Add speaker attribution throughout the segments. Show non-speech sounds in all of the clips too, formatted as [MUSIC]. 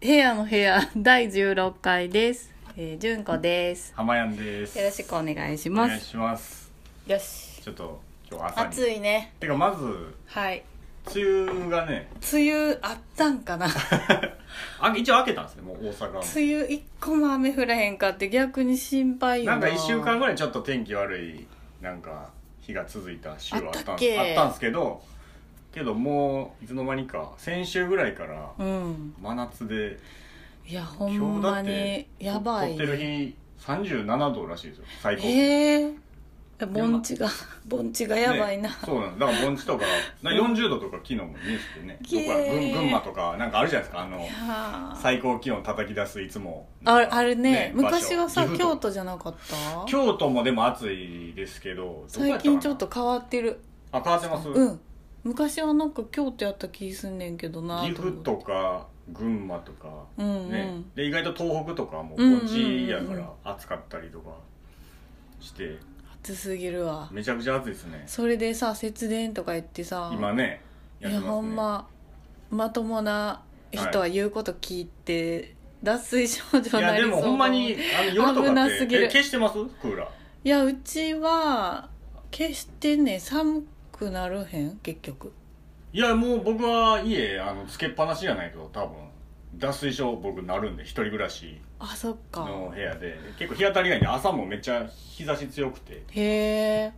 Speaker 1: 部屋の部屋 [LAUGHS] 第16回です。えー、純子です。
Speaker 2: 浜やんです
Speaker 1: よろしくお願いし
Speaker 2: お
Speaker 1: ま
Speaker 2: 願い
Speaker 1: す。
Speaker 2: します
Speaker 1: よし。
Speaker 2: ちょっと今日朝に
Speaker 1: 暑いね。
Speaker 2: てかまず
Speaker 1: はい。
Speaker 2: 梅雨がね
Speaker 1: 梅雨あったんかな。
Speaker 2: [LAUGHS] あ一応明けたんですねもう大阪も
Speaker 1: 梅雨一個も雨降らへんかって逆に心配よな。
Speaker 2: なんか1週間ぐらいちょっと天気悪いなんか日が続いた週はあった
Speaker 1: あったっ
Speaker 2: ん
Speaker 1: け
Speaker 2: あったんですけどけどもういつの間にか先週ぐらいから
Speaker 1: うん。
Speaker 2: 真夏で
Speaker 1: いやほ
Speaker 2: 今
Speaker 1: ん
Speaker 2: 日だ
Speaker 1: ま
Speaker 2: って
Speaker 1: にやばい、
Speaker 2: 撮ってる日37度らしいですよ最高
Speaker 1: ええー。盆地が盆地がやばいな。
Speaker 2: ねそうなんですだから盆
Speaker 1: [LAUGHS]
Speaker 2: 地とかな40度とか昨日もニュースでね
Speaker 1: きれい
Speaker 2: どこや群群馬とかなんかあるじゃないですかあの
Speaker 1: いやー
Speaker 2: 最高気温叩き出すいつも
Speaker 1: あれあれね昔は
Speaker 2: 場所
Speaker 1: さ
Speaker 2: 岐阜
Speaker 1: 京
Speaker 2: と
Speaker 1: 都じゃなかった
Speaker 2: 京都もでも暑いですけどどこや
Speaker 1: 最
Speaker 2: たかな
Speaker 1: 近ちょっと変わってる
Speaker 2: あ変わってます、
Speaker 1: うん昔はなんか京都やった気すんねんけどな
Speaker 2: 岐阜
Speaker 1: 思って
Speaker 2: とか群馬とか、
Speaker 1: うんうん
Speaker 2: ねで意外と東北とかも盆地や
Speaker 1: うん
Speaker 2: か
Speaker 1: うんうんうん
Speaker 2: ら暑かったりとかして、
Speaker 1: 暑すぎるわ
Speaker 2: めちゃくちゃ暑いですね
Speaker 1: それでさ節電とか言ってさ
Speaker 2: 今ね
Speaker 1: い
Speaker 2: や
Speaker 1: や
Speaker 2: ってますね
Speaker 1: ほんままともな人は言うこと聞いて、脱水症状に
Speaker 2: いや
Speaker 1: なり
Speaker 2: で
Speaker 1: そう
Speaker 2: もほんまにあの夜と
Speaker 1: 危
Speaker 2: か
Speaker 1: な
Speaker 2: っ
Speaker 1: す
Speaker 2: て
Speaker 1: ぎる
Speaker 2: え消してますクーラー
Speaker 1: いやうちは決してね寒くなるへん結局
Speaker 2: いやもう僕は家あのつけっぱなしじゃないと多分脱水症僕なるんで一人暮らし
Speaker 1: あそっか
Speaker 2: の部屋で結構日当たりがいいんで朝もめっちゃ日差し強くて
Speaker 1: へえ、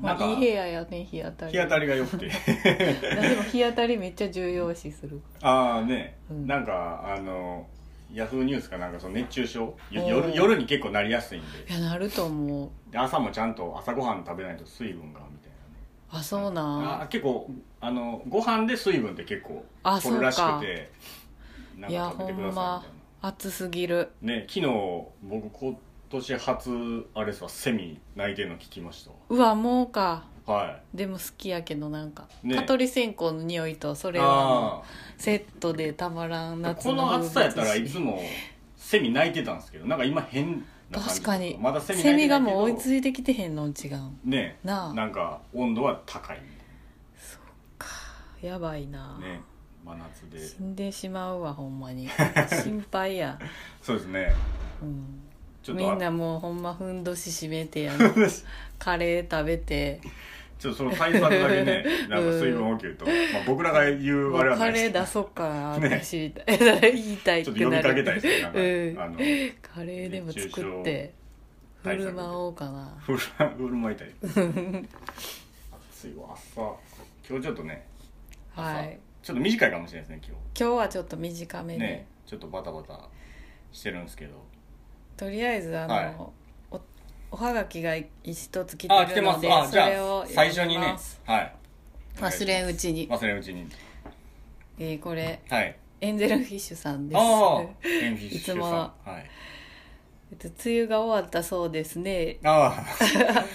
Speaker 1: ま
Speaker 2: なんか
Speaker 1: あ、いい部屋やね日当たり
Speaker 2: 日当たりが
Speaker 1: [LAUGHS]
Speaker 2: 良くて
Speaker 1: いやでも日当たりめっちゃ重要視する
Speaker 2: ああね、
Speaker 1: うん
Speaker 2: なんかあのヤフーニュースかなんかその熱中症よ
Speaker 1: おー
Speaker 2: 夜夜に結構なりやすいんで
Speaker 1: いやなると思う
Speaker 2: で朝もちゃんと朝ごはん食べないと水分がみたいなね
Speaker 1: あそうなん
Speaker 2: あ結構あのご飯で水分って結構
Speaker 1: あ
Speaker 2: 取るらしくてなん
Speaker 1: いや
Speaker 2: か食べ
Speaker 1: ほ
Speaker 2: てく
Speaker 1: ん
Speaker 2: ださ
Speaker 1: ま
Speaker 2: いみたいな。
Speaker 1: 暑すぎる
Speaker 2: ね昨日僕今年初あれですわセミ泣いてるの聞きまし
Speaker 1: うわもうか
Speaker 2: たは
Speaker 1: でも好きやけどなんか、
Speaker 2: ね
Speaker 1: 蚊取り線香の匂いとそ
Speaker 2: い
Speaker 1: れは
Speaker 2: あ
Speaker 1: セットでたまらん
Speaker 2: あ
Speaker 1: 夏
Speaker 2: こ
Speaker 1: の
Speaker 2: の暑さやったら
Speaker 1: 風
Speaker 2: い
Speaker 1: 物詩
Speaker 2: つもセミ泣いてたんですけどなんか今変な感じ
Speaker 1: 確かに
Speaker 2: まだセミ
Speaker 1: セ
Speaker 2: 鳴い
Speaker 1: ミ
Speaker 2: てな
Speaker 1: が
Speaker 2: いけど
Speaker 1: もう追いついてきてへんの違う
Speaker 2: ね
Speaker 1: なあ
Speaker 2: なんか温度は高い
Speaker 1: やばいな、
Speaker 2: ね真夏で
Speaker 1: 死んでしまうわほんま
Speaker 2: [LAUGHS]
Speaker 1: に心配や、
Speaker 2: そうですね
Speaker 1: うん、
Speaker 2: ちょっと
Speaker 1: み
Speaker 2: あ [LAUGHS]
Speaker 1: んなもうほんまふんどし締めてや
Speaker 2: ち
Speaker 1: る
Speaker 2: ょっ
Speaker 1: カレー食べて
Speaker 2: とその対策だ
Speaker 1: [LAUGHS]
Speaker 2: けねなんか水分補給と、まあ、僕らが言う
Speaker 1: もう
Speaker 2: あれはな
Speaker 1: カ
Speaker 2: い
Speaker 1: レー
Speaker 2: で
Speaker 1: 出
Speaker 2: す
Speaker 1: そっかな、
Speaker 2: ね
Speaker 1: 私言いたいっ
Speaker 2: ちょ
Speaker 1: て
Speaker 2: っと呼び
Speaker 1: な
Speaker 2: かけたい
Speaker 1: る
Speaker 2: ですねなんか、
Speaker 1: うん
Speaker 2: あの
Speaker 1: カレーでも作って振
Speaker 2: 熱中症
Speaker 1: る舞おうかな
Speaker 2: ふらふるまいたい暑いわ朝今日ちょっとね朝、
Speaker 1: はい
Speaker 2: ちょっと短いかもしれないですね
Speaker 1: 今日はちょっと短め
Speaker 2: 今
Speaker 1: に、
Speaker 2: 日ねちょっとバタバタしてるんですけど
Speaker 1: とりあえずあの、
Speaker 2: はい
Speaker 1: おおはがきが一つ来て
Speaker 2: あ
Speaker 1: る
Speaker 2: 来てま
Speaker 1: の
Speaker 2: す
Speaker 1: で
Speaker 2: あ
Speaker 1: そ
Speaker 2: じゃ
Speaker 1: れを
Speaker 2: あ最初に
Speaker 1: 読み
Speaker 2: ね
Speaker 1: ます
Speaker 2: はい
Speaker 1: 忘れんうちに、
Speaker 2: 忘れんうちに
Speaker 1: えーこれ
Speaker 2: はい
Speaker 1: エンゼルフィッシュさんです
Speaker 2: ああエンフィッシュ
Speaker 1: いつも
Speaker 2: さんはい
Speaker 1: えっと梅雨が終わったそうですね
Speaker 2: あ [LAUGHS]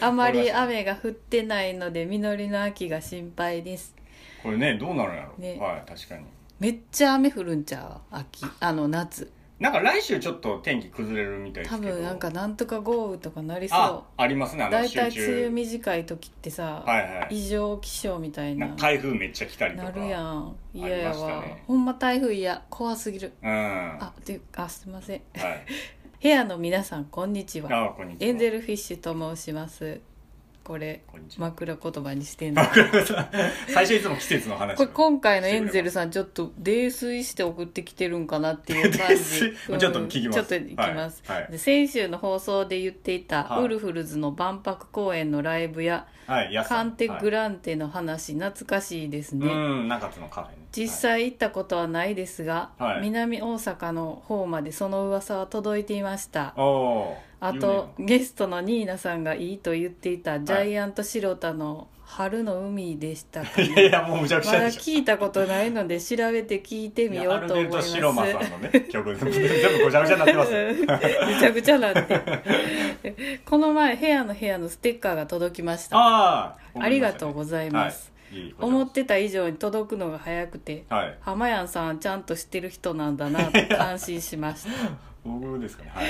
Speaker 2: あ
Speaker 1: あまり雨が降ってないので実りの秋が心配です
Speaker 2: これねどうなるんやろ、
Speaker 1: ね
Speaker 2: はい確かに
Speaker 1: めっちゃ雨降るんちゃう秋あの夏
Speaker 2: なんか来週ちょっと天気崩れるみたいで
Speaker 1: 多
Speaker 2: すけど
Speaker 1: 分なんかなんとか豪雨とかなり
Speaker 2: あ
Speaker 1: そ
Speaker 2: ありますねあ
Speaker 1: う
Speaker 2: の
Speaker 1: 大
Speaker 2: 集
Speaker 1: 体梅雨
Speaker 2: 中
Speaker 1: 短い時ってさ、
Speaker 2: はいはい
Speaker 1: 異常気象みたいな
Speaker 2: なんか台風めっちゃ来たりとか
Speaker 1: なるやん嫌や
Speaker 2: ありました
Speaker 1: わ、
Speaker 2: ね
Speaker 1: ほんま台風嫌怖すぎる
Speaker 2: うんは
Speaker 1: あであすいません
Speaker 2: い
Speaker 1: 部屋の皆さんこんにちは
Speaker 2: [LAUGHS] あこんにちは
Speaker 1: エンゼルフィッシュと申しますこれ
Speaker 2: こんにちは
Speaker 1: 枕言葉にしてんの
Speaker 2: ごめんなさい [LAUGHS] 最初いつも季節の話
Speaker 1: これ今回のエンゼルさんちょっと泥酔して送ってきてるんかなっていう
Speaker 2: [LAUGHS]
Speaker 1: 感
Speaker 2: 泥
Speaker 1: じ
Speaker 2: 酔ちょっと聞きます
Speaker 1: うんちょっといきます、
Speaker 2: はいはい
Speaker 1: で先週の放送で言っていた、
Speaker 2: はい
Speaker 1: ウルフルズの万博公演のライブや
Speaker 2: はい安
Speaker 1: カンテ・グ
Speaker 2: ラ
Speaker 1: ランテの話、懐かしいですね、
Speaker 2: うん中津のカフェね
Speaker 1: 実際行ったことはないですが、
Speaker 2: はい
Speaker 1: 南大阪の方までその噂は届いていました
Speaker 2: はいおー
Speaker 1: あとゲストのニーナさんがいいと言っていたジャイアント・シロタの「春の海」で
Speaker 2: [LAUGHS]
Speaker 1: したか
Speaker 2: 有名ないやいやもうむちゃく
Speaker 1: ま
Speaker 2: ちゃ
Speaker 1: だ
Speaker 2: でしょ
Speaker 1: 聞いたことないので調べて聞いてみようと思います。
Speaker 2: いやアルベルト・シロマさんのね [LAUGHS] 曲全部ごちゃごちゃになってますよ
Speaker 1: [LAUGHS] うんぐちゃぐちゃなんで [LAUGHS] この前部屋の部屋のステッカーが届きましたあ
Speaker 2: ああ
Speaker 1: りがとうございます、思っててた以上に届くのが早くて
Speaker 2: はい
Speaker 1: 浜やんさんちゃんとしてる人なんだな
Speaker 2: [LAUGHS]
Speaker 1: って感心しました
Speaker 2: 僕ですかねはい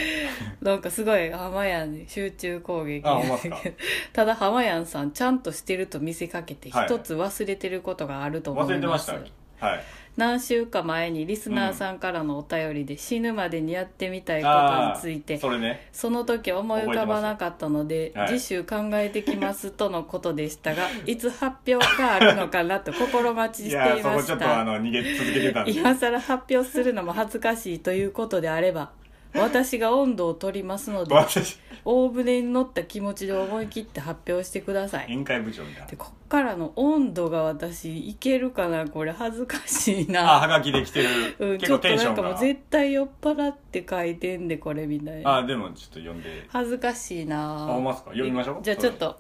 Speaker 1: なんかすごい浜やんに集中攻撃
Speaker 2: あほんまっすか
Speaker 1: [LAUGHS] ただ浜やんさんちゃんとしてると見せかけて
Speaker 2: はい
Speaker 1: 一つ忘れてることがあると思
Speaker 2: 忘れ
Speaker 1: い
Speaker 2: てま
Speaker 1: ま
Speaker 2: し
Speaker 1: す、
Speaker 2: たはい
Speaker 1: 何週か前にリスナーさんからのお便りで死ぬまでにやってみたいことについ
Speaker 2: あ
Speaker 1: て
Speaker 2: ーそれね
Speaker 1: その時思い浮かばなかったので、
Speaker 2: 覚えてますはい
Speaker 1: 次週考えてきますとのことでした
Speaker 2: [LAUGHS]
Speaker 1: が、いつ発表があるのかなと心待ち
Speaker 2: い
Speaker 1: し
Speaker 2: や
Speaker 1: て
Speaker 2: ー
Speaker 1: い
Speaker 2: そ
Speaker 1: ま
Speaker 2: こ
Speaker 1: し
Speaker 2: ちょっとあ
Speaker 1: た。
Speaker 2: の逃げ続けてたんで
Speaker 1: 今更発表するのも恥ずかしいということであれば、私が温度を取ります
Speaker 2: [LAUGHS]
Speaker 1: ので、
Speaker 2: 私
Speaker 1: 大船に乗った気持ちで思い切って発表してください。
Speaker 2: 宴会部長みたい
Speaker 1: で、こっからの温度が私、いけるかなこれ恥ずかしい
Speaker 2: なあ
Speaker 1: な。
Speaker 2: はがきできてる、
Speaker 1: うん、
Speaker 2: 結
Speaker 1: ちょっ
Speaker 2: 構
Speaker 1: と
Speaker 2: テンシ
Speaker 1: なん
Speaker 2: ョン
Speaker 1: かも
Speaker 2: が
Speaker 1: う絶対酔っ払って書いてんで、これみたいな。
Speaker 2: あでもちょっと読んで
Speaker 1: 恥ずかしい
Speaker 2: あ
Speaker 1: な
Speaker 2: 思いますか読みましょう
Speaker 1: じゃあちょっと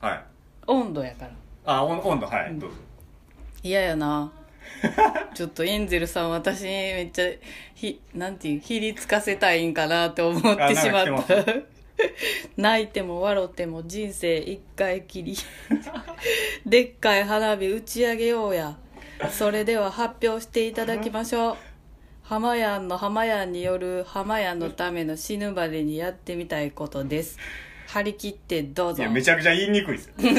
Speaker 2: はい
Speaker 1: 温度やから
Speaker 2: あ温温度はい、どうぞ
Speaker 1: 嫌やなちょっとエンゼルさん私めっちゃひなんていうひりつかせたいんかなって思ってしま
Speaker 2: あな
Speaker 1: っ
Speaker 2: んか来
Speaker 1: た [LAUGHS] 泣いても笑っても人生一回きり [LAUGHS] でっかい花火打ち上げようやそれでは発表していただきましょう浜やんの浜やんによる浜やんのための死ぬまでにやってみたいことです張り切ってどう
Speaker 2: い
Speaker 1: ぞ
Speaker 2: やめちゃくちゃ言いにくいです
Speaker 1: [LAUGHS]
Speaker 2: よ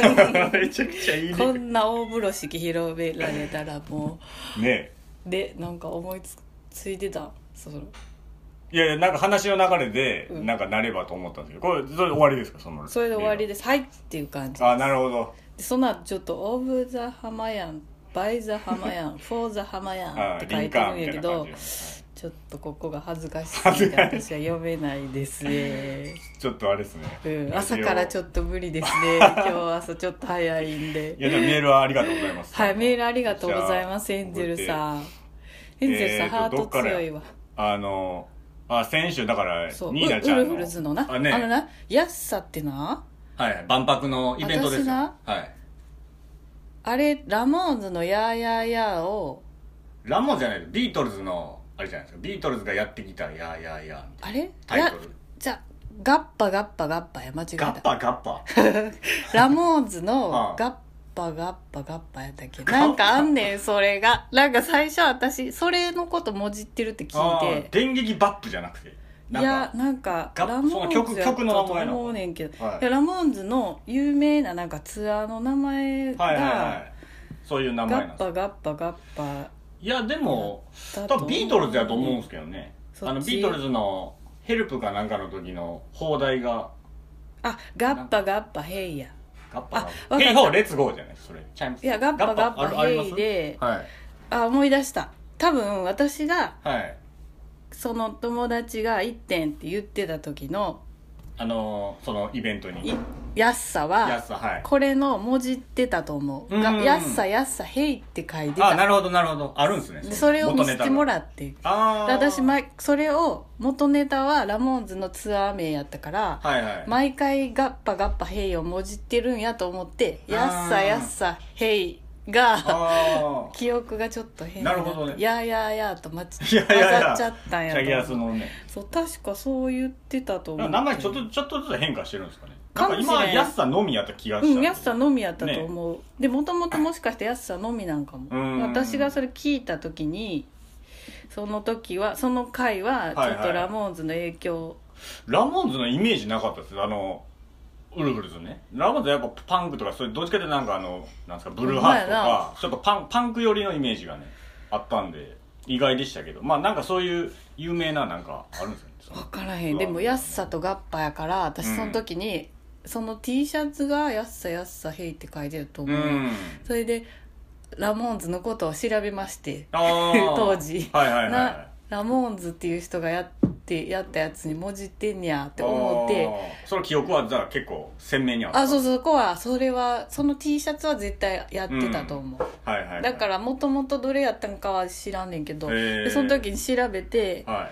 Speaker 2: めちゃくちゃ言いに
Speaker 1: こ
Speaker 2: く
Speaker 1: んな大風呂敷広められたらも
Speaker 2: いね
Speaker 1: うでなんか思いつついてたその
Speaker 2: えいやいやなんか話の流れで、
Speaker 1: うん
Speaker 2: なんかなればと思ったんですけどこれそれ終わりですかその
Speaker 1: それで終わりです「はい」っていう感じ
Speaker 2: あなるほど
Speaker 1: でその後ちょっと「オブ・ザ・ハマヤン」「バイ・ザ・ハマヤ
Speaker 2: [LAUGHS]
Speaker 1: ン」「フォー・ザ・ハマヤン」
Speaker 2: あ
Speaker 1: って書
Speaker 2: リン
Speaker 1: いて
Speaker 2: カー
Speaker 1: るん
Speaker 2: ンみた
Speaker 1: やけ
Speaker 2: いな感
Speaker 1: ど
Speaker 2: じです
Speaker 1: ちょっとここが恥ずかしすぎて私は読めないですね、
Speaker 2: ちょっとあれですね、
Speaker 1: うん、朝からちょ
Speaker 2: っ
Speaker 1: っと無理です
Speaker 2: [LAUGHS]
Speaker 1: ね今日朝ちょっと早いんで
Speaker 2: いやでもメールはありがとうございます
Speaker 1: はいメールありがとうございます
Speaker 2: じゃあ
Speaker 1: エンゼルさんエ
Speaker 2: て
Speaker 1: ンゼルさん、
Speaker 2: えーと
Speaker 1: ハー
Speaker 2: ど
Speaker 1: ト
Speaker 2: っからや
Speaker 1: 強いわ
Speaker 2: あのあ先週だから
Speaker 1: そう
Speaker 2: ニーナ
Speaker 1: ウ
Speaker 2: ちゃん
Speaker 1: ウルフルズのなあ
Speaker 2: あね
Speaker 1: のな安さってな
Speaker 2: はいはい万博のイベントです
Speaker 1: 私
Speaker 2: よ
Speaker 1: な
Speaker 2: はい
Speaker 1: あれラモーンズの「やーやーやー」を
Speaker 2: ラモンじゃないですビートルズのあれじゃないですかビートルズがやってきた「やーやーやーみ
Speaker 1: あれ
Speaker 2: たいなタイ
Speaker 1: や
Speaker 2: トル
Speaker 1: じゃガッパガッパガッパや間違え
Speaker 2: ガッ
Speaker 1: た
Speaker 2: パガッパ
Speaker 1: ラモーンズ
Speaker 2: [LAUGHS] あ
Speaker 1: の
Speaker 2: あ
Speaker 1: 「ガッパガッパガッパ」やったっけ
Speaker 2: ガッパ
Speaker 1: なんかあんねんそれがなんか最初私それのこともじってるって
Speaker 2: あ
Speaker 1: 聞い
Speaker 2: ー
Speaker 1: て
Speaker 2: 電撃バップじゃなくて
Speaker 1: いやなんか
Speaker 2: ガッ
Speaker 1: ラモーンズ
Speaker 2: その曲
Speaker 1: やった
Speaker 2: 曲の
Speaker 1: と
Speaker 2: 名前なの
Speaker 1: 思うねんけど、
Speaker 2: はい
Speaker 1: いやラモーンズの有名ななんかツアーの名前が、
Speaker 2: はいはいはいそういう名前
Speaker 1: ガ
Speaker 2: なん
Speaker 1: ッ
Speaker 2: ですよ
Speaker 1: パガッパガッパ
Speaker 2: いやでも
Speaker 1: だ
Speaker 2: 多
Speaker 1: と思
Speaker 2: 分
Speaker 1: う
Speaker 2: ビートルズやと思うんですけどね
Speaker 1: そっち
Speaker 2: あのビートルズの「ヘルプ」かなんかの時の放題が
Speaker 1: あガッパガッパヘイや
Speaker 2: ガッパ
Speaker 1: あわかった
Speaker 2: が「ヘイホーレッツゴー」じゃないそれチャイム
Speaker 1: いやガッパガッパ
Speaker 2: あるあります
Speaker 1: ヘイで
Speaker 2: はい
Speaker 1: あ思い出した多分私が
Speaker 2: はい
Speaker 1: その友達が1点って言ってた時の
Speaker 2: あのーそのイベントに
Speaker 1: い安さは
Speaker 2: 安さはい
Speaker 1: これの文字ってたと思う
Speaker 2: うん
Speaker 1: が安さ安さヘイって書いて
Speaker 2: あ
Speaker 1: た
Speaker 2: なるほどなるほどあるんですね
Speaker 1: でそれを見せても
Speaker 2: う
Speaker 1: らってで
Speaker 2: ああ
Speaker 1: 私前それを元ネタはラモーンズのツアー名やったから
Speaker 2: はいはい
Speaker 1: 毎回ガッパガッパヘイをもじってるんやと思って「
Speaker 2: あー
Speaker 1: やっさやっさヘイ」が
Speaker 2: ああ
Speaker 1: 記憶がちょっと変にって
Speaker 2: なるほどね
Speaker 1: やーやーやーとまち
Speaker 2: いやいやい
Speaker 1: [LAUGHS] 混
Speaker 2: や
Speaker 1: ざっちゃったんや
Speaker 2: チャギア
Speaker 1: と
Speaker 2: ス
Speaker 1: 思う
Speaker 2: のね
Speaker 1: そう確かそう言ってたと思う
Speaker 2: 名前ちょっとちょっとずつ変化してるんですかねな
Speaker 1: か
Speaker 2: ん
Speaker 1: も
Speaker 2: か
Speaker 1: しれん
Speaker 2: 今は安さのみやった気がした
Speaker 1: うんやすさ
Speaker 2: ん
Speaker 1: んのみやったと思う、でもともともしかしてやすさんのみなんかも
Speaker 2: うん
Speaker 1: 私がそれ聞いた時にその時はその回はちょっ
Speaker 2: はいは
Speaker 1: と
Speaker 2: い
Speaker 1: ラモーンズの影響、
Speaker 2: ラモンズのイメージなかったですあのウルフルズねラモンズはやっぱパンクとかそういうどっちかってなんかあのなんですかブルーハーツと
Speaker 1: ほんまや
Speaker 2: かちょっとパンパンク寄りのイメージがねあったんで意外でしたけどまあなんかそういう有名ななんかあるんですよねその
Speaker 1: 分からへんでもやすさとガッパやから私その時に、その T シャツが「やすさやすさヘイ」って書いてると思う、
Speaker 2: うん
Speaker 1: それでラモーンズのことを調べまして
Speaker 2: あ
Speaker 1: [LAUGHS]
Speaker 2: ー
Speaker 1: 当時
Speaker 2: はいはいはい
Speaker 1: なラモーンズっていう人がやってやったやつにもじってんねやって思って
Speaker 2: あーその記憶はじゃあ結構鮮明にあった
Speaker 1: あそうそうそこはそれはその T シャツは絶対やってたと思う、
Speaker 2: はいはいはい、
Speaker 1: だからもともとどれやったんかは知らんねんけど、
Speaker 2: へー
Speaker 1: でその時に調べて
Speaker 2: は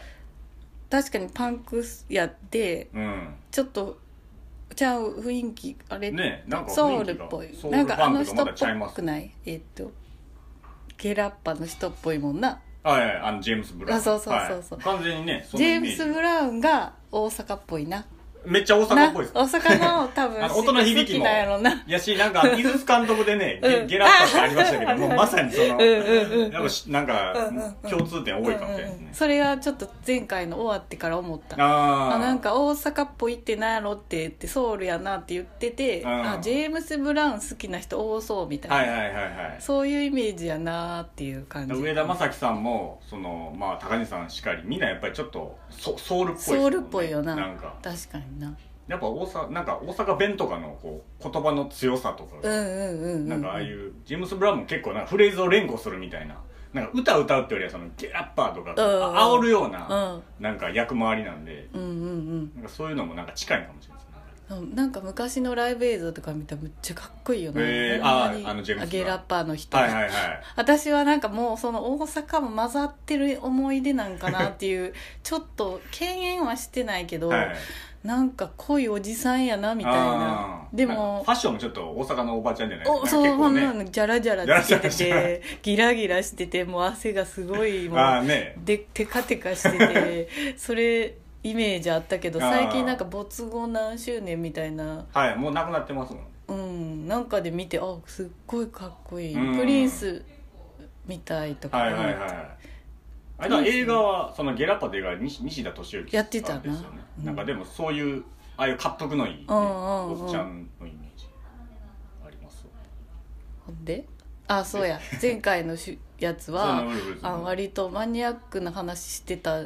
Speaker 2: い
Speaker 1: 確かにパンクやって
Speaker 2: うん
Speaker 1: ちょっとちゃう雰囲気あれ、
Speaker 2: ねなんか
Speaker 1: ソウ
Speaker 2: 雰
Speaker 1: ル
Speaker 2: 囲
Speaker 1: っ
Speaker 2: 気が
Speaker 1: ぽい
Speaker 2: ソウル
Speaker 1: なんかあ
Speaker 2: ファ
Speaker 1: の
Speaker 2: ンクと
Speaker 1: 人っ
Speaker 2: まだちゃい
Speaker 1: ぽ
Speaker 2: ます
Speaker 1: くないえっとゲラッパの人っぽいもんな
Speaker 2: はいはいあのジェームス・ブラウン
Speaker 1: あそうそうそうそう
Speaker 2: はい完全にねそ
Speaker 1: ジェームス・ブ
Speaker 2: ラ
Speaker 1: ラウンが大阪っぽいな
Speaker 2: めっちゃ大阪
Speaker 1: な
Speaker 2: っぽいです
Speaker 1: 大阪の多分
Speaker 2: あの音の響き
Speaker 1: 好き
Speaker 2: も
Speaker 1: なんやろな
Speaker 2: やし、なんか、
Speaker 1: [LAUGHS]
Speaker 2: 井筒監督でね、
Speaker 1: う
Speaker 2: ゲ
Speaker 1: ん
Speaker 2: ゲラッパってありましたけ
Speaker 1: あ
Speaker 2: ど、もうまさにその、
Speaker 1: うんうんうん
Speaker 2: やっぱしなんか
Speaker 1: うんうん、うん
Speaker 2: 共通点多いかもしれないです
Speaker 1: うんう
Speaker 2: ね
Speaker 1: ん。それがちょっと前回の終わってから思った
Speaker 2: あー
Speaker 1: あなん、か大阪っぽいってなんやろって言ってソウルやなって言ってて
Speaker 2: うん
Speaker 1: あジェームス・ブラウン好きな人多そうみたいな、
Speaker 2: はいはいはいはい。
Speaker 1: そういうイメージやなーっていう感じ
Speaker 2: 上田正樹さんもその、まあ、高木さんしかりみんなやっぱりちょっとソソウルっぽいですもんね
Speaker 1: ソウルっぽいよな
Speaker 2: なんか
Speaker 1: 確かにな
Speaker 2: やっぱ大阪なんか大阪弁とかのこう言葉の強さとか
Speaker 1: う
Speaker 2: が、
Speaker 1: んうんうんうん
Speaker 2: なんかああいうジェームス・ブラウンも結構なんかフレーズを連呼するみたいななんか歌歌うってよりはそのゲラッパーとか、
Speaker 1: ん
Speaker 2: 煽るよう
Speaker 1: う
Speaker 2: な、
Speaker 1: ん
Speaker 2: なんか役回りなんで
Speaker 1: うんうん
Speaker 2: なんかそういうのもなんか近いかもしれないですね
Speaker 1: うんなんか昔のライブ映像とか見たらめっちゃかっこいいよね、
Speaker 2: へー
Speaker 1: ほんまに
Speaker 2: あーあのジェームス
Speaker 1: ゲラッパーの人、
Speaker 2: はいはいはい
Speaker 1: 私はなんかもうその大阪も混ざってる思い出なんかなっていう
Speaker 2: [LAUGHS]
Speaker 1: ちょっと敬遠はしてないけど、
Speaker 2: はい
Speaker 1: なんか濃いおじさんやなみたいな
Speaker 2: あー
Speaker 1: で
Speaker 2: なんか
Speaker 1: も
Speaker 2: ファッションもちょっと大阪のおばちゃんじゃないです
Speaker 1: お
Speaker 2: か
Speaker 1: そう
Speaker 2: 結
Speaker 1: ほ
Speaker 2: 構
Speaker 1: ん
Speaker 2: ね
Speaker 1: なのジャラジャラつけて
Speaker 2: ジャラジャラ
Speaker 1: てギラギラしててもう汗がすごいもう
Speaker 2: ああね
Speaker 1: でテカテカしてて [LAUGHS] それイメージあったけど
Speaker 2: あー
Speaker 1: 最近なんか没後何周年みたいな
Speaker 2: はいもうなくなってますもん
Speaker 1: うんなんかで見てあすっごいかっこいい
Speaker 2: うん
Speaker 1: プリンスみたいとか、
Speaker 2: はいはいはいあれだ映画はそのゲラッパで映画は西西田敏行さん
Speaker 1: やってたな
Speaker 2: ですよね
Speaker 1: うん
Speaker 2: なんかでもそういうああいう恰幅のいいね
Speaker 1: うんうんうん
Speaker 2: おっちゃんのイメージあります
Speaker 1: ほんであそう
Speaker 2: [LAUGHS]
Speaker 1: や前回のしやつは
Speaker 2: そういうのウルフルズ
Speaker 1: あ
Speaker 2: の
Speaker 1: の割とマニアックな話してた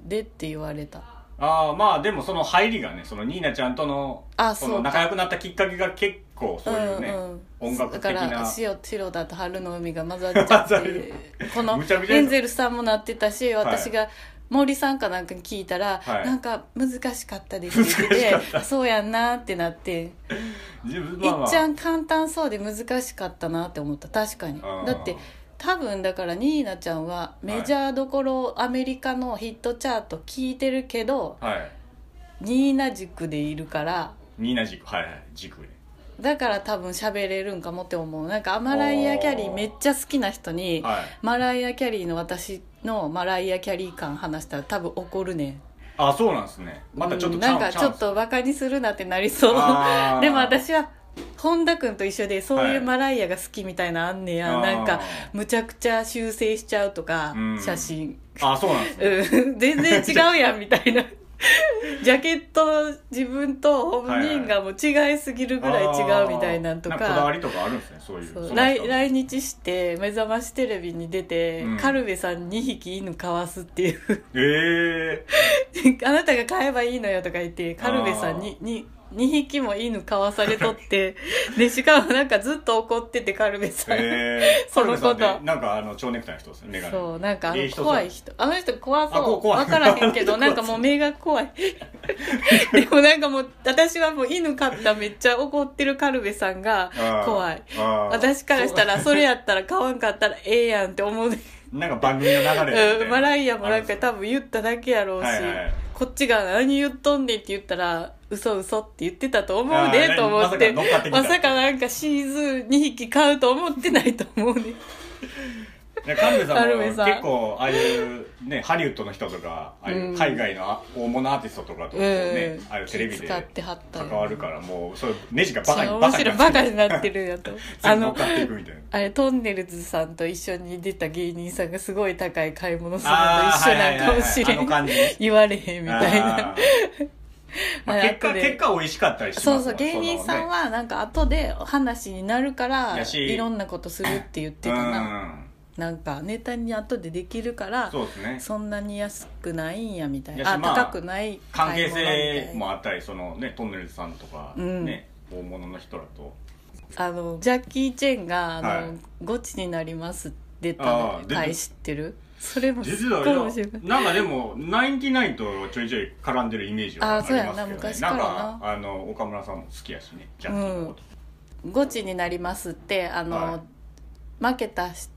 Speaker 1: でって言われた
Speaker 2: ああまあでもその入りがねそのニーナちゃんとの
Speaker 1: あ
Speaker 2: そ
Speaker 1: そ
Speaker 2: の
Speaker 1: うか
Speaker 2: 仲良くなったきっかけが結構そういうね、音楽的
Speaker 1: だか
Speaker 2: な
Speaker 1: ら塩白だと春の海が混ざっちゃっ
Speaker 2: [LAUGHS] 混ざる
Speaker 1: てこの
Speaker 2: むちゃくちゃ
Speaker 1: エンゼルさんもなってたし私が森さんかなんかに聞いたら、
Speaker 2: はい
Speaker 1: なんか難しかったですって言って
Speaker 2: 難しか
Speaker 1: てそうやんなってなって、
Speaker 2: 自分まあま
Speaker 1: い
Speaker 2: あ
Speaker 1: っちゃん簡単そうで難しかったなって思った確かに
Speaker 2: うん
Speaker 1: だって多分だからニーナちゃんはメジャーどころアメリカのヒットチャート聞いてるけど、
Speaker 2: はい
Speaker 1: ニーナ軸でいるから
Speaker 2: ニーナ軸はいはい軸ね
Speaker 1: だから多分喋れるんかもって思うなんかマライア・キャリーめっちゃ好きな人に
Speaker 2: はい
Speaker 1: マライア・キャリーの私のマライア・キャリー感話したら多分怒るねん
Speaker 2: あそうなんですねまたちょっ
Speaker 1: う
Speaker 2: と
Speaker 1: ん
Speaker 2: チ
Speaker 1: な
Speaker 2: ャ
Speaker 1: ん
Speaker 2: ン
Speaker 1: か
Speaker 2: ス
Speaker 1: ちょっとバカにするなってなりそう
Speaker 2: あ
Speaker 1: [LAUGHS]
Speaker 2: ー
Speaker 1: でも私は本田君と一緒でそうい
Speaker 2: はいう
Speaker 1: マライアが好きみたいなのあんねや、
Speaker 2: あー
Speaker 1: なんかむちゃくちゃ修正しちゃうとか、
Speaker 2: うん
Speaker 1: 写真
Speaker 2: あそうなんですね
Speaker 1: うん、全然違うやんみたい
Speaker 2: [LAUGHS]
Speaker 1: なジャケットの自分と本人がもう違いすぎる [LAUGHS] ぐらい違うみたいなんとか,、
Speaker 2: あーんこだわりとかあるんですねそういう
Speaker 1: そう
Speaker 2: そんな人
Speaker 1: 来来日して「目覚ましテレビ」に出て、
Speaker 2: うん
Speaker 1: カルベさん2匹犬かわすっていう
Speaker 2: ええ
Speaker 1: [LAUGHS] あなたが買えばいいのよとか言ってカルベさんにに2匹も犬かわされとって
Speaker 2: [LAUGHS]
Speaker 1: でしかもなんかずっと怒っててカルベさん、
Speaker 2: え
Speaker 1: [LAUGHS]
Speaker 2: え
Speaker 1: そのこと
Speaker 2: なんかあの蝶ネクタイの人ですねメガネ
Speaker 1: [LAUGHS] そうなんかあ
Speaker 2: ええ
Speaker 1: の
Speaker 2: 人
Speaker 1: 怖い人あの人怖
Speaker 2: あこ
Speaker 1: そうう
Speaker 2: 怖い
Speaker 1: 分からへんけど
Speaker 2: [LAUGHS] 怖
Speaker 1: ないんかもう目が怖い [LAUGHS] でもなんかもう私はもう犬飼っためっちゃ怒ってるカルベさんが
Speaker 2: あー
Speaker 1: 怖い
Speaker 2: あー
Speaker 1: 私からしたらそれやったら飼わんかったらええやんって思うね
Speaker 2: なんか番組の流れみたいな
Speaker 1: うんマライアもなんか多
Speaker 2: 分
Speaker 1: 分言っただけやろうし、
Speaker 2: はいはい
Speaker 1: こっちが何言っとんねんって言ったら嘘嘘って言ってたと思うねと思って
Speaker 2: あーまさか乗っかってきた
Speaker 1: まさかなんかシーズン2匹飼うと思ってないと思うね
Speaker 2: カルベさん
Speaker 1: カル
Speaker 2: も
Speaker 1: ベ
Speaker 2: 結
Speaker 1: さん
Speaker 2: 構ああいうねハリウッドの人とかああいう海外のあ大物アーティストとかとね
Speaker 1: うん
Speaker 2: ああいうテレビ
Speaker 1: 気
Speaker 2: で
Speaker 1: 使ってはったよ
Speaker 2: 関わるからもうそういうネジがバカ
Speaker 1: めっちゃ
Speaker 2: に
Speaker 1: 面
Speaker 2: バカに
Speaker 1: 白い
Speaker 2: な
Speaker 1: バ
Speaker 2: って
Speaker 1: カになってるやとあ
Speaker 2: [LAUGHS] 全部乗
Speaker 1: の
Speaker 2: っかっていくみたいな
Speaker 1: あれトンネルズさんと一緒に出た芸人さんがすごい高い買い物するのと一緒なんかもしれ
Speaker 2: あーはいはいはいはいあの
Speaker 1: ん、
Speaker 2: 感じね
Speaker 1: 言われへんみたいな
Speaker 2: あー
Speaker 1: [LAUGHS]
Speaker 2: まあ
Speaker 1: あれ
Speaker 2: 結果
Speaker 1: 後で
Speaker 2: 結果美味しかったりしますも
Speaker 1: そ
Speaker 2: ん
Speaker 1: うそう芸人さん
Speaker 2: ね
Speaker 1: はなんか後で話になるから
Speaker 2: やし
Speaker 1: いろんなことするって言ってたななんかネタに後でできるから
Speaker 2: うんそうですね
Speaker 1: そんなに安くないんやみたい
Speaker 2: やし
Speaker 1: なあ
Speaker 2: まあ
Speaker 1: 高くない
Speaker 2: 関係
Speaker 1: 買い物みた
Speaker 2: 性
Speaker 1: いな
Speaker 2: もあったりそのねトンネルズさんとか
Speaker 1: うん
Speaker 2: ね、大物の人らと
Speaker 1: あのジャッキー・チェンが「あの
Speaker 2: はい
Speaker 1: ゴチになります」出た
Speaker 2: あー
Speaker 1: の
Speaker 2: 出て
Speaker 1: 回知ってるそれもすっ
Speaker 2: 実
Speaker 1: ごい面白い
Speaker 2: はなんかでもナインティナインとちょいちょい絡んでるイメージはあ
Speaker 1: あー
Speaker 2: ります
Speaker 1: そう
Speaker 2: け
Speaker 1: や
Speaker 2: ど
Speaker 1: な
Speaker 2: ね
Speaker 1: 昔からなん
Speaker 2: かあの岡村さんも好きやしねジャッキーのこと、
Speaker 1: ゴチになりますってあ
Speaker 2: は
Speaker 1: の、負けたし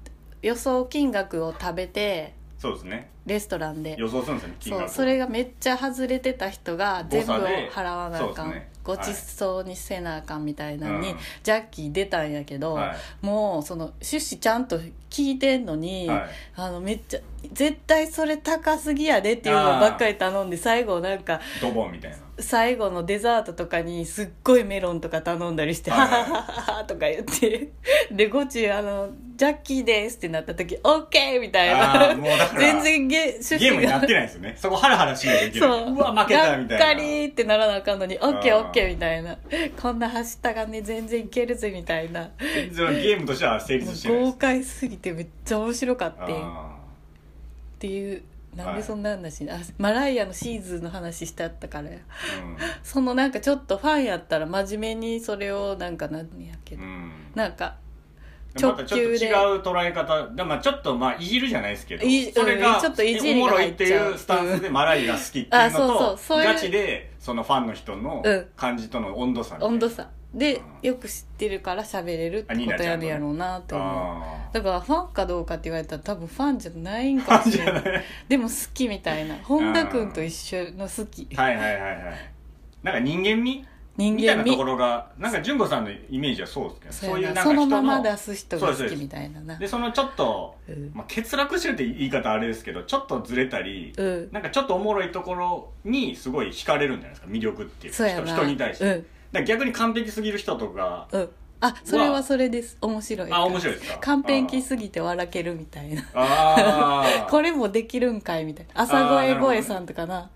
Speaker 1: 予想金額を食べて
Speaker 2: そうですね
Speaker 1: レストランで
Speaker 2: 予想するんですよね金
Speaker 1: そ
Speaker 2: 額
Speaker 1: うそれがめっちゃ外れてた人が全部を払わなあ
Speaker 2: 誤差
Speaker 1: か
Speaker 2: でそ
Speaker 1: ん
Speaker 2: うですね
Speaker 1: ごちそうにせなあかんみたいなのに、
Speaker 2: うん
Speaker 1: ジャッキー出たんやけど、
Speaker 2: は
Speaker 1: もうその趣旨ちゃんと聞いてんのに、
Speaker 2: いはい
Speaker 1: あのめっちゃ絶対それ高すぎやでっていうのばっかり頼んで最後なんか
Speaker 2: ドボンみたいな
Speaker 1: 最後のデザートとかにすっごいメロンとか頼んだりして「
Speaker 2: は
Speaker 1: はい
Speaker 2: はい
Speaker 1: ははは」とか言ってでゴチあの「ジャッキーです」ってなった時「オッケーみたい
Speaker 2: あー
Speaker 1: な
Speaker 2: もうだから
Speaker 1: 全然ゲ趣
Speaker 2: ゲーム
Speaker 1: 旨
Speaker 2: になっ
Speaker 1: が
Speaker 2: てないですよねそこハラハラしないといけな
Speaker 1: そ
Speaker 2: いうわ負けたみたいな
Speaker 1: がっかりってならなあかんのに「オッケー
Speaker 2: あー
Speaker 1: オッケー」みたいなこんなはしたがね全然いけるぜみたいな
Speaker 2: [LAUGHS] 全然ゲームとしては成立してないで
Speaker 1: 豪
Speaker 2: す
Speaker 1: 快すぎてめっちゃ面白かったっ
Speaker 2: あ
Speaker 1: ていうなんでそんな話、あマライアのシーズンの話してあったからや
Speaker 2: ー
Speaker 1: そのなんかちょっとファンやったら真面目にそれをなんか何やけ
Speaker 2: うん
Speaker 1: ど、
Speaker 2: うん
Speaker 1: なんか
Speaker 2: またちょっと
Speaker 1: 直球
Speaker 2: 違
Speaker 1: で
Speaker 2: う捉え方で、まあ、ちょっとまあいじるじゃないですけど
Speaker 1: い
Speaker 2: それが、
Speaker 1: うんちょっといじ
Speaker 2: お
Speaker 1: り
Speaker 2: も
Speaker 1: が
Speaker 2: ろ
Speaker 1: 入
Speaker 2: いっ
Speaker 1: ってちゃう
Speaker 2: いうスタンスでマライが好きっていうの
Speaker 1: あ
Speaker 2: と
Speaker 1: そうそうそういう
Speaker 2: ガチでそのファンの人の
Speaker 1: うん
Speaker 2: 感じとの温度差みたいな
Speaker 1: 温度差で
Speaker 2: うん
Speaker 1: よく知ってるから喋れるって
Speaker 2: あニー
Speaker 1: こ
Speaker 2: ナ
Speaker 1: と
Speaker 2: ちゃ
Speaker 1: や
Speaker 2: んの
Speaker 1: る
Speaker 2: ね
Speaker 1: やろうなと思う
Speaker 2: あ
Speaker 1: だからファンかどうかって言われたら多分ファンじゃないん
Speaker 2: ー
Speaker 1: か
Speaker 2: ファン
Speaker 1: もし
Speaker 2: じ
Speaker 1: れ
Speaker 2: ゃ
Speaker 1: な
Speaker 2: ないい
Speaker 1: でも好きみたいな本田君と一緒の好き
Speaker 2: はいはいはいはいなんか人間味
Speaker 1: 人
Speaker 2: みたい
Speaker 1: 間
Speaker 2: な
Speaker 1: 味
Speaker 2: ところがなんか純子さんのイメージはそうですけど
Speaker 1: そ
Speaker 2: そううい
Speaker 1: や
Speaker 2: う
Speaker 1: な
Speaker 2: なんか
Speaker 1: そ
Speaker 2: 人
Speaker 1: の
Speaker 2: の
Speaker 1: まま出す人が好
Speaker 2: そうです
Speaker 1: きみたいなな
Speaker 2: でそのちょっと、
Speaker 1: うん
Speaker 2: まあ、欠落してるって言い方あれですけどちょっとずれたり、
Speaker 1: うん
Speaker 2: なんかちょっとおもろいところにすごい惹かれるんじゃないですか魅力っていう
Speaker 1: そうや
Speaker 2: 人
Speaker 1: な
Speaker 2: 人に対して、
Speaker 1: う
Speaker 2: だか
Speaker 1: ん
Speaker 2: ら逆に完璧すぎる人
Speaker 1: [LAUGHS]
Speaker 2: とか
Speaker 1: うんあそれはそれです面白い
Speaker 2: あ面白いですか
Speaker 1: 完璧すぎて笑けるみたいな
Speaker 2: あーあ
Speaker 1: これもできるんかいみたいな朝声声さんとかな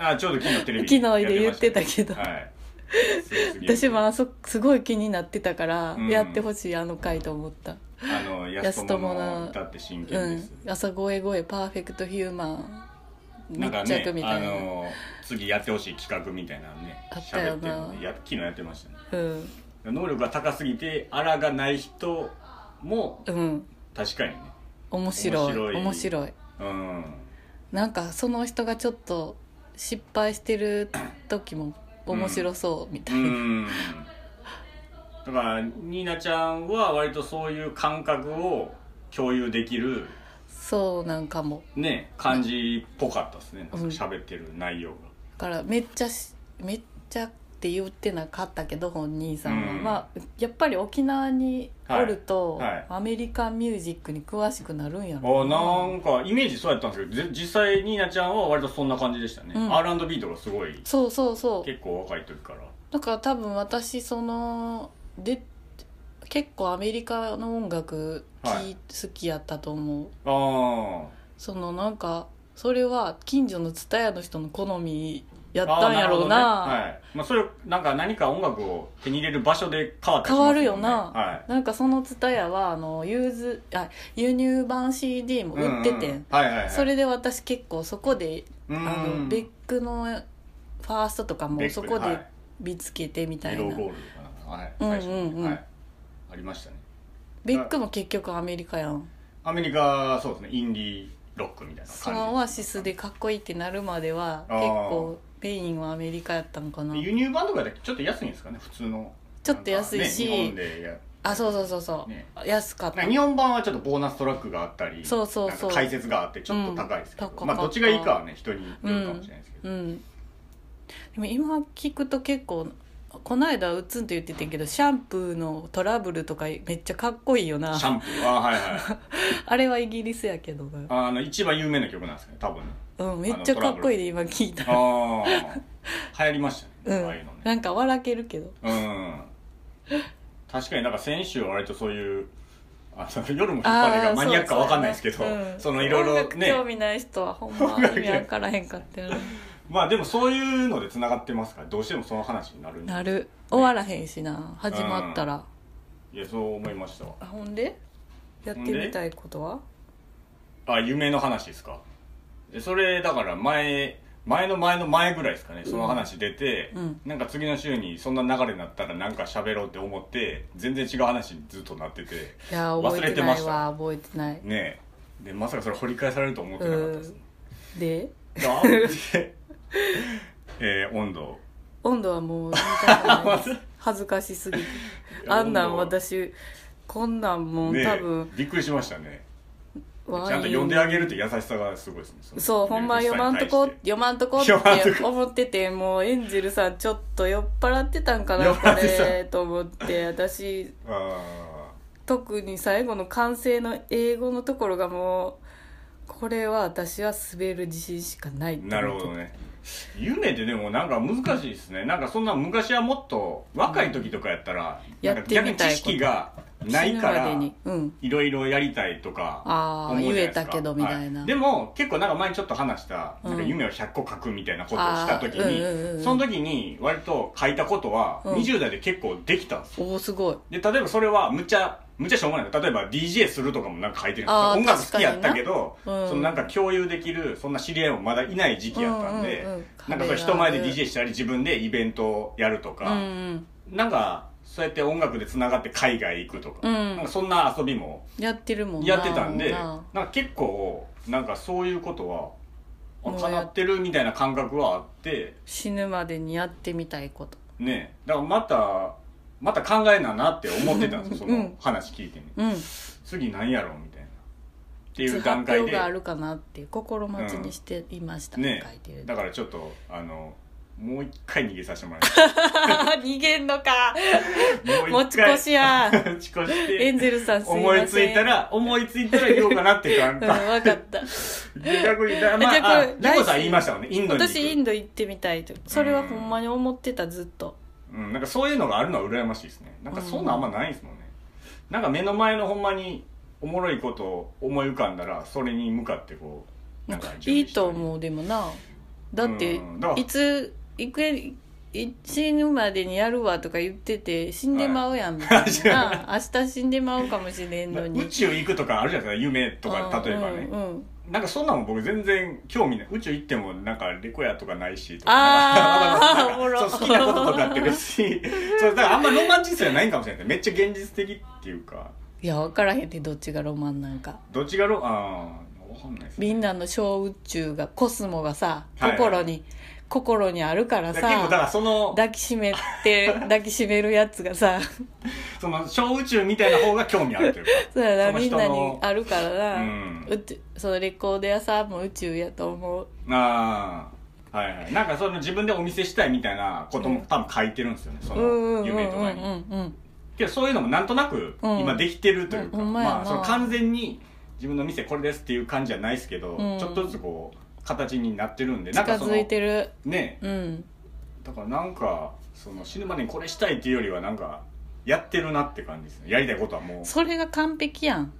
Speaker 2: ーあーちょうど昨日テレビ
Speaker 1: 昨日で言ってた
Speaker 2: や
Speaker 1: けど
Speaker 2: ましたねはいすごい
Speaker 1: 私もあそすごい気になってたから、
Speaker 2: うん
Speaker 1: やってほしいあの回と思った
Speaker 2: あの安友の歌って真
Speaker 1: う
Speaker 2: 剣で
Speaker 1: ん
Speaker 2: す、
Speaker 1: 朝声声パーフェクトヒューマン密
Speaker 2: なんか
Speaker 1: 着み
Speaker 2: ね
Speaker 1: た
Speaker 2: あ
Speaker 1: いな
Speaker 2: の次やってほしい企画みたいなのね
Speaker 1: あったよな
Speaker 2: 喋ってるのや昨日やってましたね
Speaker 1: うん
Speaker 2: 能力が高すぎてあらがない人も
Speaker 1: うん
Speaker 2: 確かにね
Speaker 1: 面白い
Speaker 2: 面白い
Speaker 1: 面白い
Speaker 2: うん
Speaker 1: なんかその人がちょっと失敗してる時も面白そうみた
Speaker 2: う
Speaker 1: いな、
Speaker 2: んだからニーナちゃんは割とそういう感覚を共有できる
Speaker 1: そうなんかも
Speaker 2: ね感じっぽかったですね
Speaker 1: うん
Speaker 2: 喋ってる内容が
Speaker 1: だからめっちゃしめっちゃって言ってなかったけど本人さんは、
Speaker 2: うん
Speaker 1: まあやっぱり沖縄におると、
Speaker 2: はいはい
Speaker 1: アメリカンミュージックに詳しくなるんやろ
Speaker 2: あなんかイメージそうやったんですけどぜ実際ニーナちゃんは割とそんな感じでしたね、
Speaker 1: うん
Speaker 2: R&B とかすごい
Speaker 1: そうそうそう
Speaker 2: 結構若い時から
Speaker 1: だから多分私そので結構アメリカの音楽き、
Speaker 2: はい
Speaker 1: 好きやったと思う
Speaker 2: ああ
Speaker 1: そのなんかそれは近所の蔦屋の人の好みやったんやろうな
Speaker 2: あーるほどねはいまあ、それなんか何か音楽を手に入れる場所で変わったりし
Speaker 1: 変
Speaker 2: ま
Speaker 1: わ
Speaker 2: す
Speaker 1: るよ
Speaker 2: ね
Speaker 1: な、
Speaker 2: はい
Speaker 1: なんかその蔦屋はあのユーズあ輸入版 CD も売ってて、
Speaker 2: うんうんはいはいはい、
Speaker 1: それで私結構そこで、
Speaker 2: あ
Speaker 1: あのベックのファーストとかも
Speaker 2: ベック
Speaker 1: そこ
Speaker 2: はい
Speaker 1: で見つけてみたい
Speaker 2: イエ
Speaker 1: な、
Speaker 2: ローゴールドかなはい
Speaker 1: うんうん
Speaker 2: 最初に
Speaker 1: うん
Speaker 2: はいありましたね
Speaker 1: ベックも結局アメリカやん
Speaker 2: アメリカそうですねインディーロックみたいな
Speaker 1: そ
Speaker 2: 感じ
Speaker 1: のオアシスでかっこいいってなるまでは
Speaker 2: あー
Speaker 1: 結構メインはアメリカやったんかな
Speaker 2: 輸入版とかでちょっと安いんですかね普通の
Speaker 1: ちょっと安いし
Speaker 2: なんかね日本でや
Speaker 1: あそうそうそうそう、
Speaker 2: ね
Speaker 1: 安かっ
Speaker 2: な
Speaker 1: た
Speaker 2: んか日本版はちょっとボーナストラックがあったり
Speaker 1: そうそうそう
Speaker 2: なんか解説があってちょっと高いですけど、
Speaker 1: うん高かった
Speaker 2: まあどっちがいいかはね人によるかもしれないですけど、
Speaker 1: うんでも今聞くと結構この間うつんと言っててんけどシャンプーのトラブルとかめっちゃかっこいいよな
Speaker 2: シャンプーははいはい
Speaker 1: あれはイギリスやけどな
Speaker 2: あの一番有名な曲なんですね多分ね
Speaker 1: うんめっちゃかっこいいで今聞いたら [LAUGHS]
Speaker 2: ああ流行りました
Speaker 1: う
Speaker 2: ね、
Speaker 1: ん
Speaker 2: ああいうのね
Speaker 1: なんか笑けるけど
Speaker 2: うん確かになんか先週は割とそういうあの夜も引っ張りがマニアックかわかんないですけど
Speaker 1: そ
Speaker 2: そう
Speaker 1: そううん
Speaker 2: のいろ
Speaker 1: 音
Speaker 2: いろ
Speaker 1: 楽
Speaker 2: ね
Speaker 1: 興味ない人はほんま意味わからへんかったよな
Speaker 2: まあでもそういうのでつながってますからどうしてもその話になるんで
Speaker 1: なる終わらへんしな始まったら、
Speaker 2: いやそう思いましたわ
Speaker 1: あほんでやってみたいことは
Speaker 2: あ夢の話ですかでそれだから前前の前の前ぐらいですかねその話出て、
Speaker 1: うん
Speaker 2: なんか次の週にそんな流れになったらなんか喋ろうって思って全然違う話にずっとなってて
Speaker 1: いや覚えてないわ覚えてない
Speaker 2: ねえでまさかそれ掘り返されると思ってなかったですね
Speaker 1: で
Speaker 2: だって [LAUGHS] えー、温度
Speaker 1: 温度はもう見たく
Speaker 2: [LAUGHS]
Speaker 1: ないです恥ずかしすぎてあんなん
Speaker 2: 温度
Speaker 1: 私こんなんもう
Speaker 2: ねえ
Speaker 1: 多分
Speaker 2: びっくりしましたね
Speaker 1: わあ
Speaker 2: ちゃんと呼んであげるって優しさがすごいですねの
Speaker 1: そうほんま読まんとこ読まんとこっ
Speaker 2: 読まんと
Speaker 1: て
Speaker 2: こ
Speaker 1: 思っててもうエンジェルさんちょっと酔っ払ってたんか
Speaker 2: 酔 [LAUGHS]
Speaker 1: な
Speaker 2: っ払
Speaker 1: こ
Speaker 2: ってた
Speaker 1: れと思って私
Speaker 2: あ
Speaker 1: 特に最後の完成の英語のところがもうこれは私は滑る自信しかない
Speaker 2: あなるほどね夢ってでもなんか難しいですねなんかそんな昔はもっと若い時とかやったら、
Speaker 1: うん
Speaker 2: なんか逆に知識がない
Speaker 1: 死
Speaker 2: か
Speaker 1: ぬま
Speaker 2: ら
Speaker 1: でにうん
Speaker 2: いろいろやりたいとか
Speaker 1: あー
Speaker 2: 思うじゃないですか
Speaker 1: 言えたけどみたいな
Speaker 2: はでも結構なんか前にちょっと話した、
Speaker 1: うん
Speaker 2: なんか夢を100個書くみたいなことをした時に、
Speaker 1: あーうんうんうん
Speaker 2: その時に割と書いたことは
Speaker 1: うん
Speaker 2: 20代で結構できたんですよ、
Speaker 1: おおすごい
Speaker 2: で例えばそれはむちゃむちゃしょうもない例えば DJ するとかもなんか書いてるんですよ
Speaker 1: あー
Speaker 2: 音楽好きやったけど、
Speaker 1: 確かになうん
Speaker 2: そのなんか共有できるそんな知り合いもまだいない時期やったんで、
Speaker 1: うんうんうん
Speaker 2: なんかそれ人前で
Speaker 1: 壁がある
Speaker 2: DJ したり自分でイベントをやると
Speaker 1: う
Speaker 2: か、
Speaker 1: ん
Speaker 2: なんかそうやって音楽でつながって海外行くとか,、
Speaker 1: うん
Speaker 2: なんかそんな遊びも
Speaker 1: やってるもんな
Speaker 2: やってたんで
Speaker 1: もうな
Speaker 2: なんか結構なんかそういうことはあ
Speaker 1: もうやっ
Speaker 2: 叶ってるみたいな感覚はあって
Speaker 1: 死ぬまでにやってみたいこと
Speaker 2: ねだからまたまた考えななって思ってたんで
Speaker 1: [LAUGHS]
Speaker 2: すよそ
Speaker 1: うん
Speaker 2: の話聞いてね、
Speaker 1: うん
Speaker 2: 次何やろうみたいなって
Speaker 1: い
Speaker 2: い
Speaker 1: つ
Speaker 2: う段
Speaker 1: 発
Speaker 2: 階
Speaker 1: 表
Speaker 2: で
Speaker 1: があるかなっていう心待ちにしていました、
Speaker 2: ね
Speaker 1: 書いてる
Speaker 2: だからちょっとあのもう一回逃げさせてもらい
Speaker 1: [LAUGHS] 逃げんのか
Speaker 2: ます
Speaker 1: 持
Speaker 2: [LAUGHS]
Speaker 1: ち越しや
Speaker 2: 持ち越し
Speaker 1: エ
Speaker 2: て
Speaker 1: ンゼルさんすいません
Speaker 2: 思いついたら思いついたら言おうかなって感
Speaker 1: [LAUGHS] うん
Speaker 2: じ
Speaker 1: 分か
Speaker 2: [LAUGHS]
Speaker 1: った
Speaker 2: 逆にだま
Speaker 1: じゃあ
Speaker 2: ああ
Speaker 1: これ
Speaker 2: リコさ
Speaker 1: 来週
Speaker 2: ん言いましたもんねインドに行く
Speaker 1: 私インド行ってみたいとそれはほんまに思ってたずっと
Speaker 2: うん、なんかそういうのがあるのは羨ましいですねなんかそんなんあんまないですもんね、なんか目の前のほんまにおもろいことを思い浮かんだらそれに向かってこうなんか
Speaker 1: いいと
Speaker 2: う
Speaker 1: 思うでもなだって
Speaker 2: うんだから
Speaker 1: いつ行くい死ぬまでにやるわとか言ってて死んでまうやんみたい [LAUGHS] な、明日死んでまうかもしれんのに
Speaker 2: 宇宙行くとかあるじゃないですか夢とか例えばね、
Speaker 1: うんうんうん
Speaker 2: なんかそんなも僕全然興味ない宇宙行ってもなんかレコやとかないしとか
Speaker 1: あー
Speaker 2: [LAUGHS] なんか
Speaker 1: おもろ
Speaker 2: そう好きなこととかって別
Speaker 1: [LAUGHS]
Speaker 2: にそうだからあんまロマンチックじゃないんかもしれないめっちゃ現実的っていうか
Speaker 1: いや分からへんってどっちがロマンなんか
Speaker 2: どっちがロああわかんないですね
Speaker 1: みんなの小宇宙がコスモがさ
Speaker 2: はいはい
Speaker 1: 心に、心にあるから
Speaker 2: だ
Speaker 1: さ
Speaker 2: から結構だからその
Speaker 1: 抱きしめて
Speaker 2: [LAUGHS]
Speaker 1: 抱きしめるやつがさ
Speaker 2: その小宇宙みたいな方が興味あるというか
Speaker 1: [LAUGHS] そうや
Speaker 2: そ
Speaker 1: な
Speaker 2: の
Speaker 1: みん
Speaker 2: 人
Speaker 1: なに
Speaker 2: の
Speaker 1: あるからな、
Speaker 2: うん
Speaker 1: 宇宙そのレコード屋さんも宇宙やと思う
Speaker 2: ああはいはいなんかその自分でお見せしたいみたいなことも多分書いてるんですよねその夢とかに
Speaker 1: うん
Speaker 2: けどそういうのもなんとなく
Speaker 1: うん
Speaker 2: 今できてるというか、
Speaker 1: うんほんまやな
Speaker 2: まあその完全に自分の店これですっていう感じじゃないですけど、
Speaker 1: うん
Speaker 2: ちょっとずつこう形になってるんで
Speaker 1: 近
Speaker 2: なんかその
Speaker 1: づいてる
Speaker 2: ね
Speaker 1: うん
Speaker 2: だからなんかその死ぬまでにこれしたいっていうよりはなんかやってるなって感じですねやりたいことはも
Speaker 1: それが完璧やん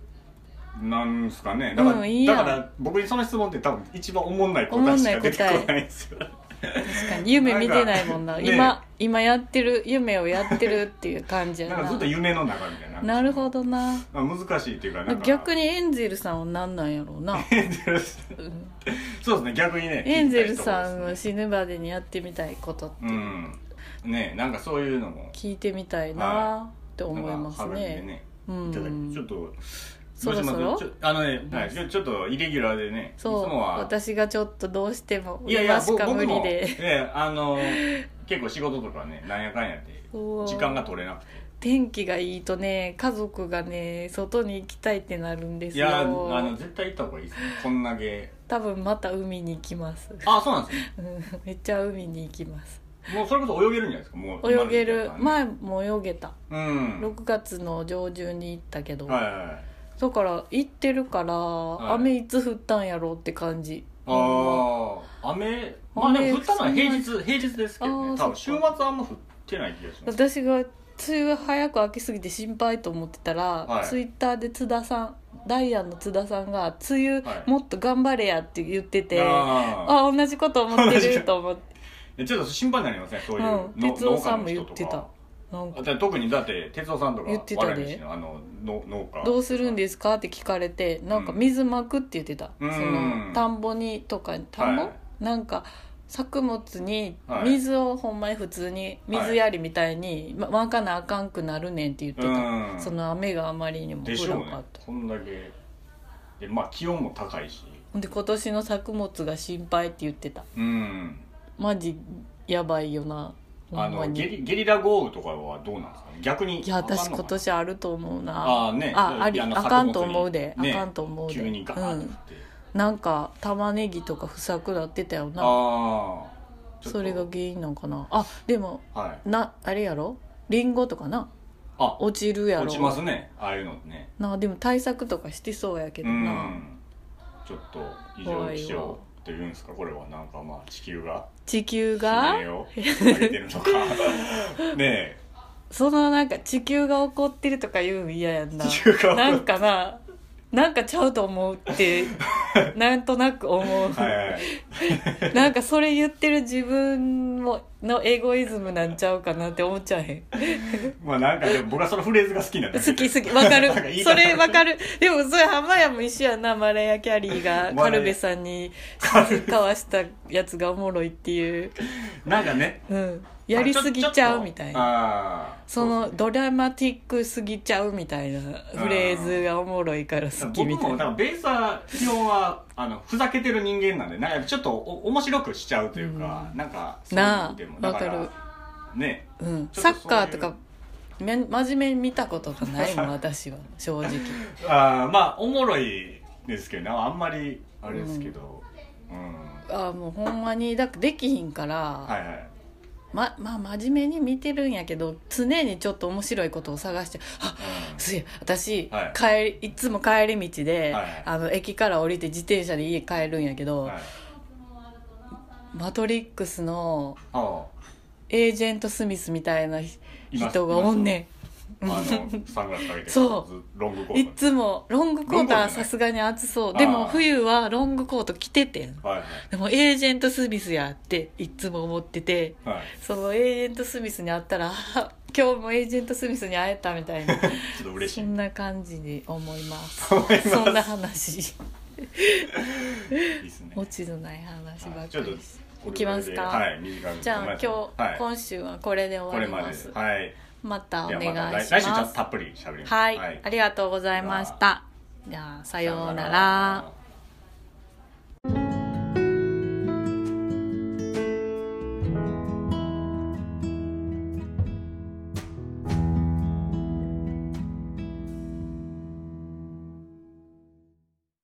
Speaker 2: うなんですかねだから、
Speaker 1: うんいいや
Speaker 2: だ
Speaker 1: ん
Speaker 2: から僕にその質問って多分一番おもんない答えしか出てこないんですよ
Speaker 1: 確かに夢見てないもんな
Speaker 2: なんかね
Speaker 1: 今今やってる夢をやってるっていう感じや
Speaker 2: なん
Speaker 1: な
Speaker 2: かずっと夢の中みたいな
Speaker 1: なるほどな
Speaker 2: まあ難しいっていうかなんか
Speaker 1: 逆
Speaker 2: に
Speaker 1: にエンゼルさんは何なんやろう
Speaker 2: [LAUGHS]
Speaker 1: な、うん
Speaker 2: そうですね逆にね
Speaker 1: エンゼルさんの
Speaker 2: 聞いたいところですね
Speaker 1: 死ぬまでにやってみたいことって
Speaker 2: うんねなんかそういうのも
Speaker 1: 聞いてみたいなって思います
Speaker 2: なんかハガキで
Speaker 1: ね
Speaker 2: ね
Speaker 1: うん
Speaker 2: いただきちょっと
Speaker 1: そろそろ
Speaker 2: どうしますちょあのね、はい、ちょちょっとイレギュラーでねいつ
Speaker 1: そう
Speaker 2: もは
Speaker 1: 私がちょっとどうしても
Speaker 2: いやいや
Speaker 1: 今しか
Speaker 2: ぼ
Speaker 1: 無
Speaker 2: 僕
Speaker 1: 理
Speaker 2: も
Speaker 1: で
Speaker 2: ええあの結構仕事とかねなんやかんやって
Speaker 1: そう
Speaker 2: [LAUGHS] 時間が取れなくて
Speaker 1: 天気がいいとね家族がね外に行きたいってなるんです
Speaker 2: いやあの
Speaker 1: よ
Speaker 2: 絶対行った方がいいですねこんだけ
Speaker 1: 多分また海に行きます [LAUGHS]
Speaker 2: あそうなんですね
Speaker 1: うんめっちゃ海に行きます
Speaker 2: もうそれこそ泳げるんじゃないですかもう今
Speaker 1: 泳
Speaker 2: の
Speaker 1: げ
Speaker 2: 時期やっ
Speaker 1: る
Speaker 2: たらね
Speaker 1: 前も泳げた
Speaker 2: うん
Speaker 1: 6月の上旬に行ったけど、
Speaker 2: はいはいはい
Speaker 1: だから行ってるから、
Speaker 2: い
Speaker 1: 雨いつ降ったんやろうって感じ
Speaker 2: ああ雨まあでも降ったのは平日平日ですけど
Speaker 1: あ
Speaker 2: ね
Speaker 1: ー
Speaker 2: 多分週
Speaker 1: そ
Speaker 2: 末
Speaker 1: っ
Speaker 2: はあんま降ってない気がします
Speaker 1: 私が梅雨が早く明けすぎて心配と思ってたら、
Speaker 2: はい
Speaker 1: ツイッターで津田さんダイアンの津田さんが「梅雨
Speaker 2: はい
Speaker 1: もっと頑張れや」って言ってて、
Speaker 2: あ
Speaker 1: あ同じこと思ってると思って
Speaker 2: あちょっと心配になりますねそういう
Speaker 1: うん
Speaker 2: の
Speaker 1: 哲夫さんも
Speaker 2: 農家の人
Speaker 1: 言っ
Speaker 2: とか
Speaker 1: てたなんか
Speaker 2: あだ特にだって哲夫さんとか
Speaker 1: 言ってたで
Speaker 2: 我々の市のあのの農家
Speaker 1: どうするんですかって聞かれてなんか水まくって言ってた、
Speaker 2: うん
Speaker 1: その田んぼにとか田んぼ、
Speaker 2: は
Speaker 1: なんか作物に
Speaker 2: はい
Speaker 1: 水をほんまに普通に水やりみたいにままかなあかんくなるねんって言ってた、
Speaker 2: うん
Speaker 1: その雨があまりにも降
Speaker 2: で
Speaker 1: ら
Speaker 2: しょう
Speaker 1: なか
Speaker 2: ね
Speaker 1: った
Speaker 2: こんだけでまあ気温も高いし
Speaker 1: ほんで今年の作物が心配って言ってた
Speaker 2: うん
Speaker 1: マジやばいよなほ
Speaker 2: あ
Speaker 1: んま
Speaker 2: のゲ
Speaker 1: に
Speaker 2: リゲリラ豪雨とかはどうなんですかね逆に
Speaker 1: いや私今
Speaker 2: 年
Speaker 1: 年あると思うな
Speaker 2: ああね
Speaker 1: ああり
Speaker 2: の
Speaker 1: あかんと思うで、
Speaker 2: 作物にね
Speaker 1: あかんと思うで
Speaker 2: 急にガーンってなって、
Speaker 1: うん、なんか玉ねぎとか不作なってたよな
Speaker 2: ああちょっと
Speaker 1: それが原因なんかなあでも
Speaker 2: はい
Speaker 1: なあれやろリンゴとかな
Speaker 2: あ
Speaker 1: 落ちるやろ
Speaker 2: 落ちますねああいうのね
Speaker 1: なでも対策とかしてそうやけど
Speaker 2: う
Speaker 1: な、
Speaker 2: んちょっと異常気象っていうんですかこれはなんかまあ地球が
Speaker 1: 地球が
Speaker 2: 悲鳴を上げてるの
Speaker 1: [LAUGHS]
Speaker 2: かねえ
Speaker 1: そのなんか地球が怒ってるとか言うん嫌やんな
Speaker 2: 地球が怒って
Speaker 1: なんかななんかちゃうと思うって
Speaker 2: [LAUGHS]
Speaker 1: なんとなく思う、
Speaker 2: はいはいはい
Speaker 1: なんかそれ言ってる自分ものエゴイズムなんちゃうかなって思っちゃえへん
Speaker 2: まあなんかでも僕はそのフレーズが好きなんだけ
Speaker 1: 好
Speaker 2: ど
Speaker 1: き好きわかる
Speaker 2: なんか言い
Speaker 1: そ
Speaker 2: たくなる
Speaker 1: れわかるでもそれ浜屋も一緒やなマレーア・キャリーが
Speaker 2: マ
Speaker 1: カ
Speaker 2: レー
Speaker 1: ルベさんに交わしたやつがおもろいっていう、
Speaker 2: なんかね
Speaker 1: うん、やりすぎちゃうみたいな
Speaker 2: な
Speaker 1: そのドラマティックすぎちゃうみたいなフレーズがおもろいから好きみた
Speaker 2: 僕
Speaker 1: い
Speaker 2: も多
Speaker 1: な
Speaker 2: 分ベースは基本はあのふざけてる人間なんでなんかちょっとお面白くしちゃうというか、なんかそういう意味でも
Speaker 1: なあ
Speaker 2: だから
Speaker 1: わか
Speaker 2: ね
Speaker 1: うん、
Speaker 2: ちょっとそう
Speaker 1: サ
Speaker 2: いう
Speaker 1: ッカーとかめん真面目に見たことがないもん私は正
Speaker 2: [LAUGHS]
Speaker 1: 直
Speaker 2: あーまあおもろいですけどねあんまりあれですけど、うん
Speaker 1: ああもうほんまにだからできひんから、
Speaker 2: はいはい
Speaker 1: ままあ真面目に見てるんやけど常にちょっと面白いことを探して「あすげえ私、
Speaker 2: は
Speaker 1: 帰りいつも帰り道で、
Speaker 2: はいはい
Speaker 1: あの駅から降りて自転車で家帰るんやけ
Speaker 2: う
Speaker 1: ど「
Speaker 2: んはい
Speaker 1: マトリックス」の
Speaker 2: ああ
Speaker 1: エージェント・スミスみたいなひ
Speaker 2: います
Speaker 1: 人がおんね
Speaker 2: あのサングラスかけて
Speaker 1: そう
Speaker 2: ずロングコ
Speaker 1: んい
Speaker 2: ート
Speaker 1: つもロングコート
Speaker 2: ロングコートじゃな
Speaker 1: はいさすがに暑そう
Speaker 2: あー
Speaker 1: でも冬はロングコート着ててん
Speaker 2: はい
Speaker 1: でもエージェント・スミスやっていつも思ってて
Speaker 2: はいはい
Speaker 1: そのエージェント・スミスに会ったらあ今日もエージェント・スミスに会えたみたいな。
Speaker 2: ちょっと [LAUGHS] 嬉し
Speaker 1: そ
Speaker 2: い
Speaker 1: んな感じに思います。
Speaker 2: 思います
Speaker 1: そんな話、
Speaker 2: いいですね
Speaker 1: 落ちのない話ば
Speaker 2: は
Speaker 1: っ
Speaker 2: いち
Speaker 1: か
Speaker 2: ょっと
Speaker 1: りして。いきますか。
Speaker 2: はい短めに
Speaker 1: じゃあ今日、
Speaker 2: はい、
Speaker 1: 今週はこれで
Speaker 2: こ
Speaker 1: 終わ
Speaker 2: れ
Speaker 1: り
Speaker 2: まで
Speaker 1: ま。
Speaker 2: ですす
Speaker 1: ま
Speaker 2: はい
Speaker 1: たお願い
Speaker 2: では
Speaker 1: し
Speaker 2: 来来週ちょ
Speaker 1: ま
Speaker 2: っと
Speaker 1: す。
Speaker 2: たっぷり喋ります
Speaker 1: はい、ありがとうございました。じゃあさようなら。